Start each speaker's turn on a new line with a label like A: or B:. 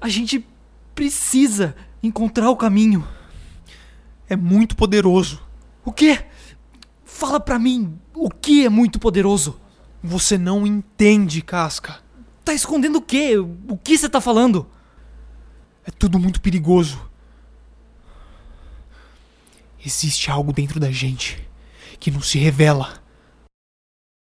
A: A gente precisa encontrar o caminho.
B: É muito poderoso.
A: O quê? Fala pra mim, o que é muito poderoso?
B: Você não entende, Casca.
A: Tá escondendo o quê? O que você tá falando?
B: É tudo muito perigoso. Existe algo dentro da gente que não se revela.